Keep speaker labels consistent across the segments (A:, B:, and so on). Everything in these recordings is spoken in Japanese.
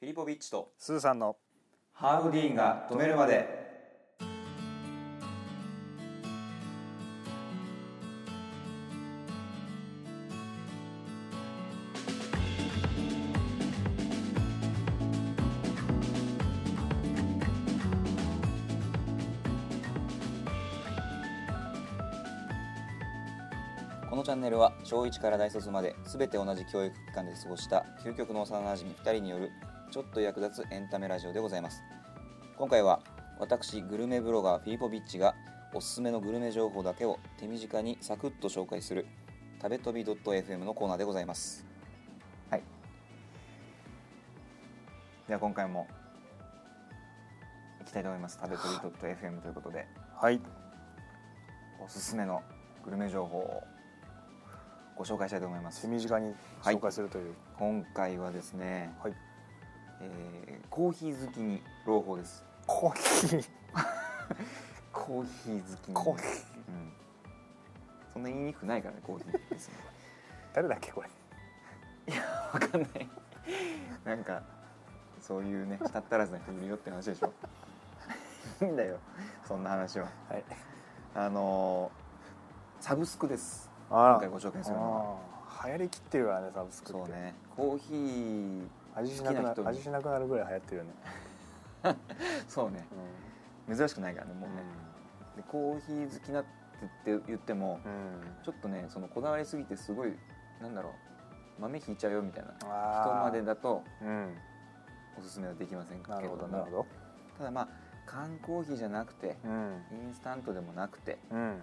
A: フィリポビッチと
B: スーさんの
A: ハーフ・ディーンが止めるまでこのチャンネルは小1から大卒まで全て同じ教育機関で過ごした究極の幼馴染2人によるちょっと役立つエンタメラジオでございます今回は私グルメブロガーフィリポビッチがおすすめのグルメ情報だけを手短にサクッと紹介する食べ飛び .fm のコーナーでございますはいでは今回もいきたいと思います食べ飛び .fm ということで
B: はい
A: おすすめのグルメ情報をご紹介したいと思います
B: 手短に紹介するという
A: 今回はですね、
B: はい、
A: えーコーヒー好きに朗報です
B: コーヒー
A: コーヒー好きに
B: コーヒー
A: うん、そんな言いにくくないからねコーヒーですね
B: 誰だっけこれ
A: わかんないなんかそういうね舌足らずな人いるよって話で しょいいんだよそんな話は
B: はい
A: あのーサブスクです
B: あ
A: 今回ご紹介するのは
B: あー流行りきってるからねサブスクって
A: そうねコーヒー
B: 味しなく
A: 好
B: な
A: きな人
B: る
A: に
B: 味しなくなるぐらい流行ってるよね、
A: そうね珍しくないからねもうね、でコーヒー好きなってって言っても
B: うん、
A: ちょっとねそのこだわりすぎてすごいなんだろう豆引いちゃうよみたいな人
B: あー
A: までだと
B: うん
A: おすすめはできませんけ
B: なる
A: れ
B: ほど
A: ど
B: なる
A: も
B: ほど
A: ただまあ缶コーヒーじゃなくて
B: うん
A: インスタントでもなくて
B: うん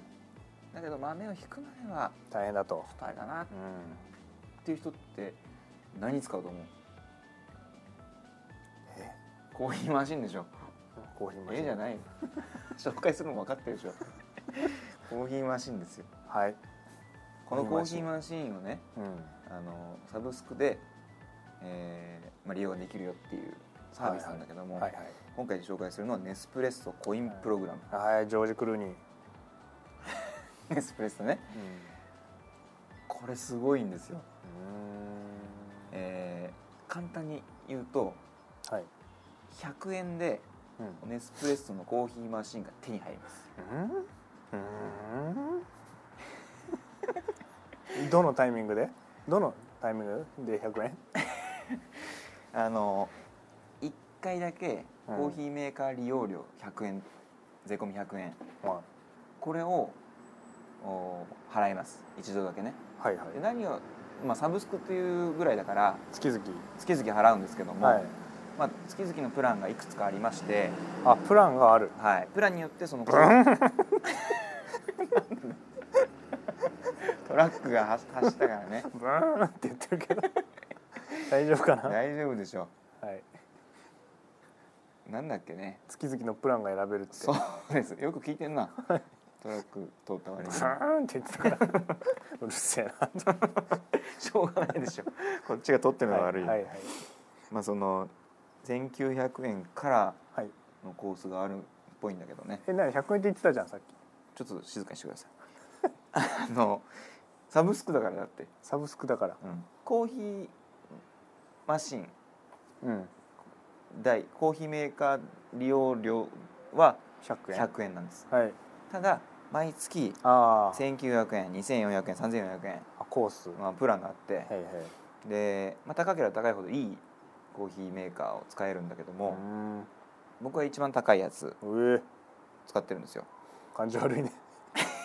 A: だけど豆を引くまでは
B: 大変だと
A: ちょっとあれだなっ
B: うん
A: ていう人って何使うと思うコーヒーマシンでしょ
B: コーヒーマシン
A: えじゃない 紹介するの分かってるでしょコーヒーマシンですよ
B: はい
A: このコーヒーマシンをね
B: うん
A: あのサブスクで、えーまあ、利用ができるよっていうサービスなんだけども、
B: はいはい
A: 今回紹介するのはネスプレッソコインプログラム、
B: はいジョージ・クルーニー、うん、
A: ネスプレッソねこれすごいんですよ、
B: うーん
A: えー簡単に言うと
B: はい
A: 100円で
B: うん
A: ネスプレッソのコーヒーマシンが手に入ります
B: うんうんどのタイミングでどのタイミングで100円
A: あの1回だけ
B: うん
A: コーヒーメーカー利用料100円税込み100円
B: は
A: これをお払います一度だけね
B: いはいは
A: で
B: い
A: 何を、まあ、サブスクっていうぐらいだから
B: 月々
A: 月々払うんですけども、
B: はい
A: まあ、月々のプランがいくつかありまして、
B: あプランがある
A: はい、プランによってそのトラックが走走ったから ね
B: ブーンって言ってるけど大丈夫かな、
A: 大丈夫でしょ
B: はい、
A: なんだっけね
B: 月々のプランが選べるって
A: そうですよく聞いてんなトラック通った割
B: ブ
A: に
B: ーンって言ってたからうるせえな
A: しょうがないでしょこっちが取ってるのが悪い、
B: はいはい
A: まあその1900円から
B: はい
A: のコースがあるっぽいんだけどね
B: えなに100円って言ってたじゃんさっき
A: ちょっと静かにしてく ださいあのサブスクだからだって、
B: サブスクだから
A: うん、コーヒーマシン
B: うん
A: 代コーヒーメーカー利用料は
B: 100円
A: 100円なんです
B: はい
A: ただ毎月
B: あー
A: 1900円2400円3400円、
B: あコースは
A: まあ、プランがあって
B: いはい
A: で、まあ、高ければ高いほどいいコーヒーメーカーを使えるんだけど
B: う
A: も、
B: んう
A: 僕は一番高いやつ
B: え
A: 使ってるんです よ
B: 感じ悪いね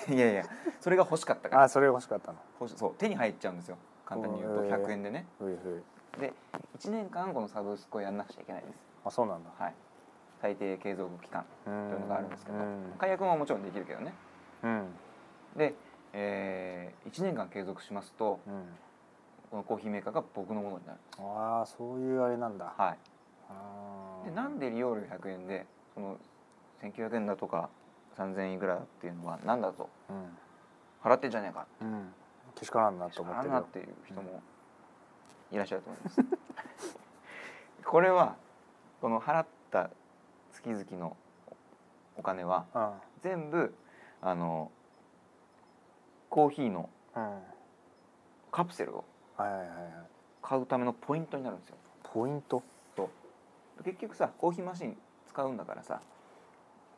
A: いやいやそれが欲しかったから
B: あそれが欲しかったの
A: 欲しそう手に入っちゃうんですよ簡単に言うと
B: おー
A: 100円でね
B: ういう
A: で1年間このサブスクをやんなくちゃいけないです
B: あそうなんだ
A: はい最低継続期間
B: と
A: と
B: い
A: いうのがあるんですけど
B: うん
A: 解約ももちろんできるけどね
B: うん
A: で、え1年間継続しますと
B: うん
A: このコーヒーメーカーが僕のものになる
B: ああそういうあれなんだ
A: は
B: あ
A: い
B: ー
A: でなんで利用料100円でその1900円だとか3000円いくらっていうのはなんだと
B: うん
A: 払ってんじゃねえか
B: うんけしからんなと思っ
A: 払う
B: てる
A: な
B: よ
A: っていう人もいらっしゃると思います これはこの払った月々のお金は
B: うん
A: 全部あのコーヒーの
B: うんはい
A: カプセルを
B: はいはいはい
A: 買うためのポイントになるんですよ
B: ポイント
A: そう結局さコーヒーマシン使うんだからさ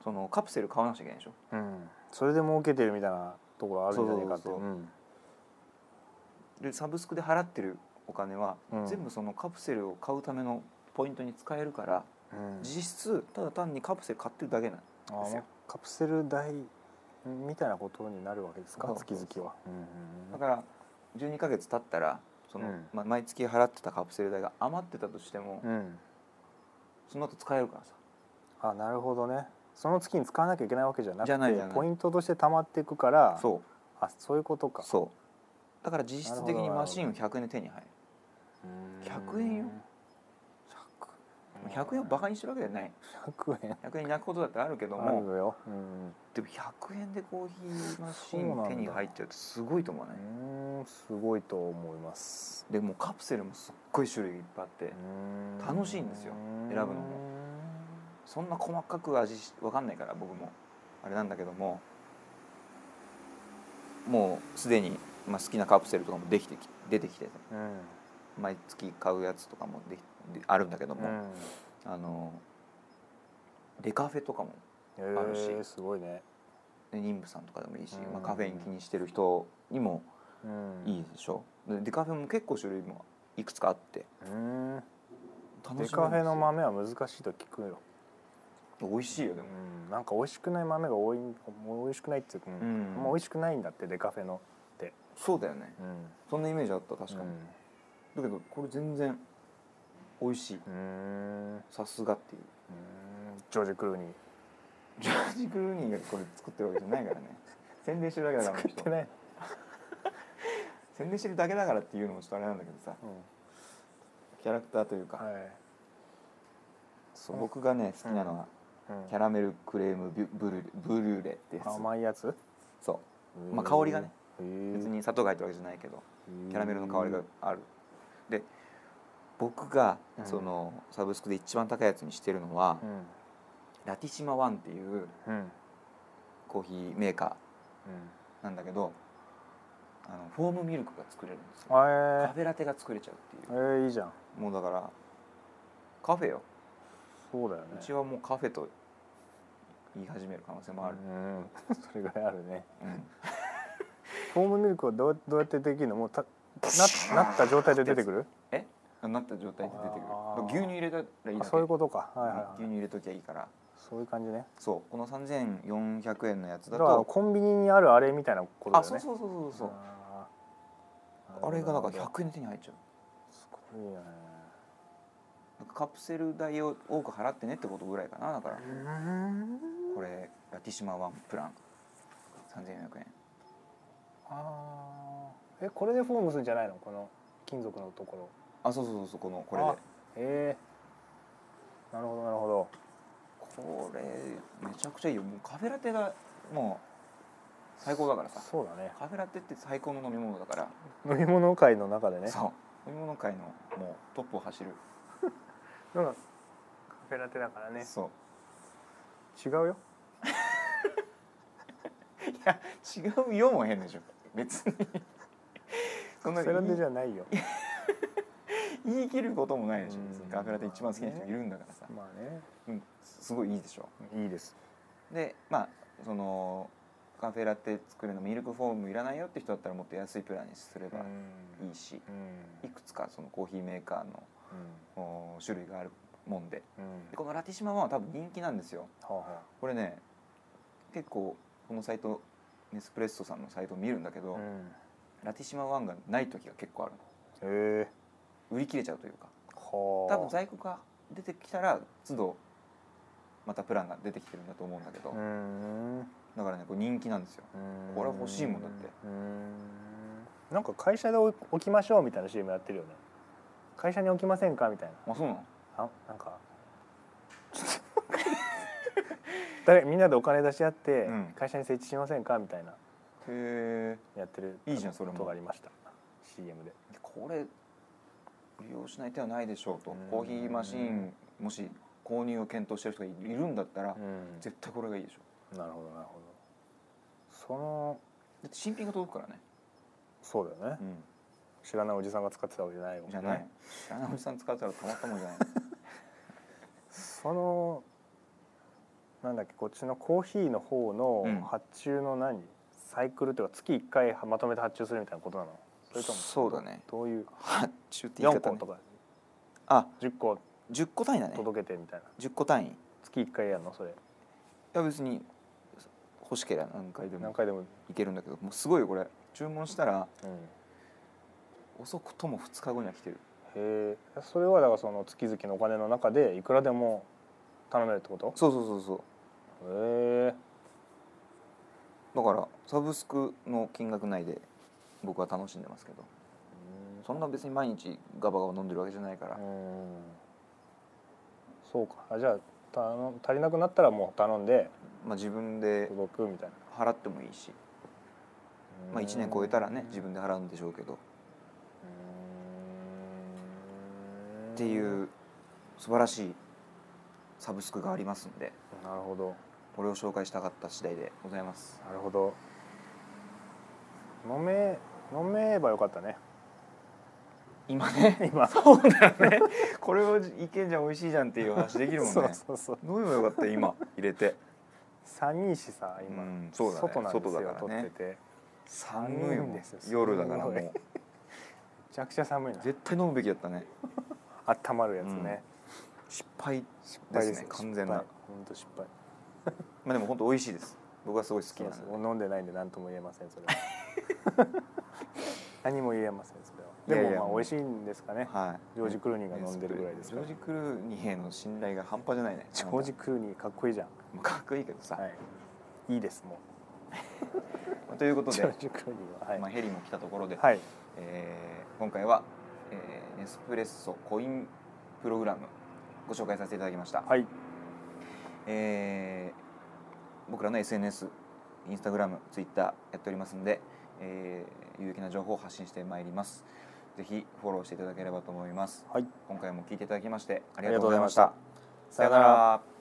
A: そのカプセル買わなきゃいけないでしょ
B: うん、それで儲けてるみたいなところあるんじゃないかって
A: そうそうそう
B: うん
A: でサブスクで払ってるお金は、
B: うん
A: 全部そのカプセルを買うためのポイントに使えるから、
B: うん
A: 実質ただ単にカプセル買ってるだけなの
B: あ
A: ですよ
B: カプセル代みたいなことになるわけですか
A: そう
B: 月
A: そうそう
B: 々はうんうんうん
A: だから12ヶ月経ったらその、
B: うん
A: まあ、毎月払ってたカプセル代が余ってたとしても、
B: うん、
A: その後使えるからさ
B: あなるほどねその月に使わなきゃいけないわけじゃなくて
A: じゃないじゃない
B: ポイントとして貯まっていくから
A: そ
B: あそういうこと
A: う
B: か
A: そうだから実質的にマシンを100円で手に入る
B: うん
A: 100円よ100円をバカにしてるわけじゃない
B: 100円
A: 100円に泣くことだってあるけど
B: ある
A: も
B: よ、うん
A: でも100円でコーヒーマシ
B: そうなん
A: ン
B: だ
A: 手に入っちゃうってすごいと思わない
B: うん、すごいと思います
A: でもうカプセルもすっごい種類いっぱいあって楽しいんですよ選ぶのもそんな細かく味しわかんないから僕もあれなんだけどももうすでに、まあ、好きなカプセルとかもできてき出てきてて
B: うん
A: 毎月買うやつとかもできであるんだけど
B: う
A: も、
B: ん
A: あのデカフェとかも
B: え
A: あるし
B: ー、すごいね、
A: で妊婦さんとかでもいいし、
B: うん
A: まあ、カフェイン気にしてる人にも
B: うん、
A: いいでしょ、でデカフェも結構種類もいくつかあって
B: うん
A: 楽しめるん
B: デ
A: ですよ
B: カフェの豆は難しいと聞くよ、
A: 美味しいよでも
B: うん、なんか美味しくない豆が多いもう美味しくないっていうか、
A: ん
B: もう美味しくないんだってデカフェのって、
A: そうだよね
B: うん、
A: そんなイメージあった確かに、だけどこれ全然美味しい
B: うんうん
A: さすがっていう
B: ジョージ・クルーニー
A: ジョージ・クルーニーがこれ作ってるわけじゃない からね宣伝してるだけだから
B: 作ってない、
A: 宣伝してるだけだからっていうのもちょっとあれなんだけどさ
B: うん、
A: キャラクターというか、
B: はい、
A: そう僕がね好きなのは、
B: うん
A: キャラメルクレームビュブルブルーレってやつ
B: 甘いやつ
A: そまあ
B: へー
A: 香りがね
B: へ
A: う
B: ー
A: 別に砂糖が入ってるわけじゃないけどキャラメルの香りが
B: う
A: あるで僕が
B: うん
A: そのサブスクで一番高いやつにしてるのは、
B: ん
A: ラティシマワンっていう
B: うんうん
A: コーヒーメーカーなんだけどあのフォームミルクが作れるんですよ
B: あ
A: カ
B: え
A: フェラテが作れちゃうってい
B: ー
A: う、
B: えーいいじゃん
A: もうだからカフェよ
B: そうだよね
A: うちはもうカフェと言い始める可能性もある
B: う、ん、それぐらいあるね
A: うん
B: フォームミルクはどうどうやってできるのもうたななった状態で出てくる
A: えなった状態で出てくる
B: あー
A: 牛乳入れたらいいだ
B: あ
A: け
B: そういうことかはいはい、
A: 牛
B: はい、
A: 乳入れときゃいいから
B: そういう感じね
A: そうこの3400円のやつ
B: だ
A: だ
B: から
A: と
B: コンビニにあるあれみたいなことだよ
A: あそ
B: ね
A: うそうそうそうそう
B: あー
A: あれがなんか
B: なるほど
A: 100円で手に入っちゃう
B: すごいよね
A: なんかカプセル代を多く払ってねってことぐらいかなだから
B: うん
A: これラティシマワンプラン3400円
B: あーえこれでフォームするんじゃないのこの金属のところ
A: あそうそうそうそうこのこれで
B: あえー、なるほどなるほど
A: これめちゃくちゃいいよもうカフェラテがもう最高だからさ
B: そうだね
A: カフェラテって最高の飲み物だから
B: 飲み物界の中でね
A: そう飲み物界のもうトップを走る、
B: なんかカフェラテだからね
A: そう
B: 違うよ
A: いや違うよも変でしょ別にそん
B: カ
A: な
B: フェラ
A: 言
B: テ
A: い
B: じゃないよ
A: 言い切ることもないでしょ
B: うん
A: 別にカフェラテ一番好きな人いるんだからさ、
B: まあね
A: うん、すごいいいでしょ
B: いいです
A: でまあそのカフェラテ作るのミルクフォームいらないよって人だったらもっと安いプランにすれば
B: うん
A: いいし、
B: うん
A: いくつかそのコーヒーメーカーのお種類があるもんで
B: うんうん
A: でこのラティシマワンは多分人気なんですよ
B: はあは
A: これね結構このサイトネスプレッソさんのサイトを見るんだけ
B: あ
A: ど、
B: うん
A: ラティシマワンがない時が結構あるの
B: へえ
A: 売り切れちゃうというか
B: はあ
A: 多分在庫が出てきたら都度またプランが出てきてるんだと思うんだけど、
B: うん
A: だからねこれ人気なんですよ
B: うん
A: これ欲しいもんだって
B: うんなんか会社で置置きましょうみたいな CM やってるよね会社に置きませんかみたい
A: あそうなの
B: なあな んかちょっと誰みんなでお金出し合って
A: うん
B: 会社に設置しませんかみたいな
A: へえ
B: やってる
A: いいじゃんそれも
B: ことがありました CM で
A: これ利用しない手はないでしょうと
B: うん
A: コーヒーマシンもし購入を検討してる人がいるんだったら
B: うん
A: 絶対これがいいでしょ
B: なるほどなるほどその
A: だって新品が届くからね、
B: そうだよね、知らないおじさんが使ってたわけじゃないよ
A: じゃない知らないおじさん使ってたらたまったもんじゃない
B: そのなんだっけこっちのコーヒーの方
A: うん
B: の発注の何、サイクルというか月1回まとめて発注するみたいなことなのそれとも
A: そうだね
B: どういう
A: 発注って言い
B: 4
A: 方、
B: 個
A: ね
B: と、か
A: あ
B: 10個
A: 10個単位だね
B: 届けてみたいな
A: 10個単位い
B: 月1回やるのそれ
A: や別に欲しければ何回で
B: 何
A: も
B: 回でも、
A: いけるんだけどもうすごいよこれ注文したら
B: うん、へ
A: 遅くとも2日後には来てる
B: えそれはだからその月々のお金の中でいくらでも頼めるってこと
A: そうそうそうそう
B: へえ
A: だからサブスクの金額内で僕は楽しんでますけどそんな別に毎日ガバガバ飲んでるわけじゃないから、
B: うんそうかあじゃあ頼足りなくなったらもう頼んで
A: まあ、自分で
B: 届くみたいな、
A: 払ってもいいし、まあ、1年超えたらね自分で払うんでしょうけど
B: っ
A: っていう素晴らしいサブスクがありますんで
B: なるほど
A: これを紹介したかった次第でございます
B: なるほど飲め飲めばよかったね
A: 今ね
B: 今
A: そうだよねこれをいけんじゃん美味しいじゃんっていう話できるもんね
B: そうそうそう
A: 飲めばよかったよ今入れて
B: 寒いしさ今、
A: うんそうだね
B: 外なんで
A: 外
B: すよ
A: だからね
B: 撮っててめ
A: 寒いも
B: 寒いん
A: ん
B: ですよ
A: 夜だからも
B: すご
A: う
B: ちゃくちゃ寒いな
A: 絶対飲むべきだったね
B: あったまるやつね、
A: 失敗
B: 失
A: ですね完全な
B: 本当失敗
A: まあでも本当美味しいです僕はすごい好きなん
B: す
A: で
B: いません飲んでないんで何とも言えませんそれは 何も言えませんそ
A: い
B: れ
A: や
B: はいで
A: や
B: もま
A: もう
B: あ美味しいんですかね
A: はい
B: ジョージ・クルーニーが飲んでるぐらいです
A: ジ
B: か
A: ョー
B: ら
A: ジ・クルーニーへの信頼が半端じゃないね
B: ジョージ・クルーニーかっこいいじゃん
A: なんかかっこいいけどさ、
B: はいいいですも
A: まあというこ
B: う
A: と
B: ジ
A: で
B: ョージ・クルーニーは
A: まあ、
B: はい、
A: ヘリも来たところで、
B: はい、
A: えー今回は、えーネスプレッソコインプログラムご紹介させていただきました、
B: はい、
A: えー僕らの SNS インスタグラムツイッターやっておりますんで、えー有益な情報を発信してまいりますぜひフォローしていただければと思います
B: はい
A: 今回も聞いていただきましてありがとうございました
B: ありがとうございましたさようなら